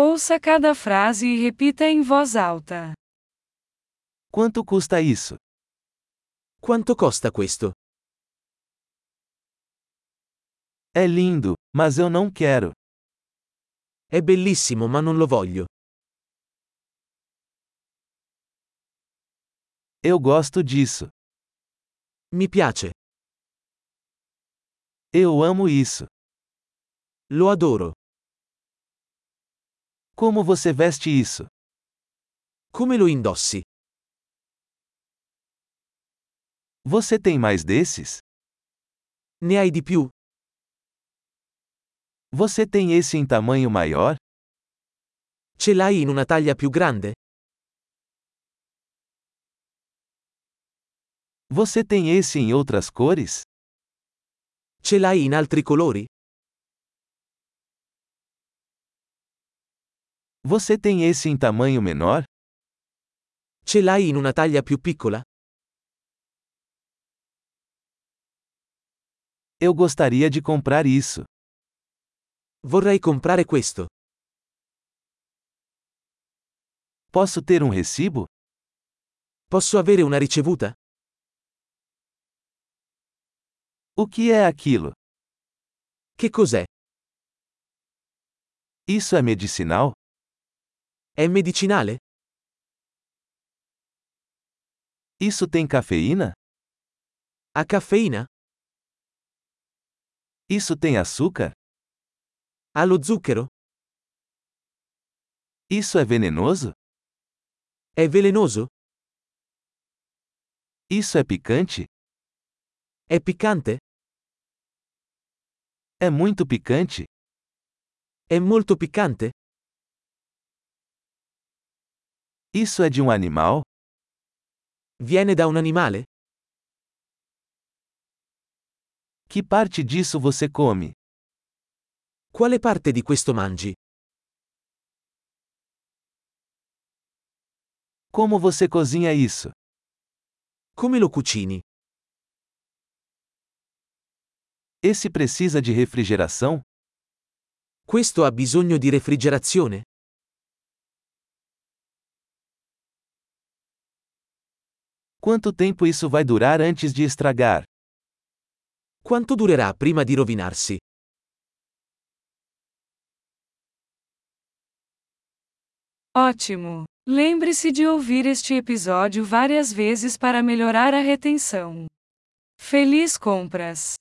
Ouça cada frase e repita em voz alta. Quanto custa isso? Quanto costa questo? É lindo, mas eu não quero. È bellissimo ma non lo voglio. Eu gosto disso. Mi piace. Eu amo isso. Lo adoro. Como você veste isso? Come lo indossi? Você tem mais desses? Ne hai di più? Você tem esse em tamanho maior? Ce l'hai in una taglia più grande? Você tem esse em outras cores? Ce l'hai in altri colori? Você tem esse em tamanho menor? Ce l'hai in una taglia più piccola? Eu gostaria de comprar isso. Vorrei comprare questo. Posso ter um recibo? Posso avere una ricevuta? O que é aquilo? Che cos'è? Isso é medicinal? È medicinale? Isso tem cafeína? Ha caffeina? Isso tem açúcar? Ha lo zucchero? Isso é venenoso? È velenoso? Isso é picante? È piccante? É muito picante? È molto piccante? Isso é de um animal? Viene da un animale? Que parte disso você come? Quale parte di questo mangi? Como você cozinha isso? Come lo cucini? Esse precisa de refrigeração? Questo ha bisogno di refrigerazione? Quanto tempo isso vai durar antes de estragar? Quanto durerà prima di rovinarsi? Ótimo! Lembre-se de ouvir este episódio várias vezes para melhorar a retenção. Feliz compras!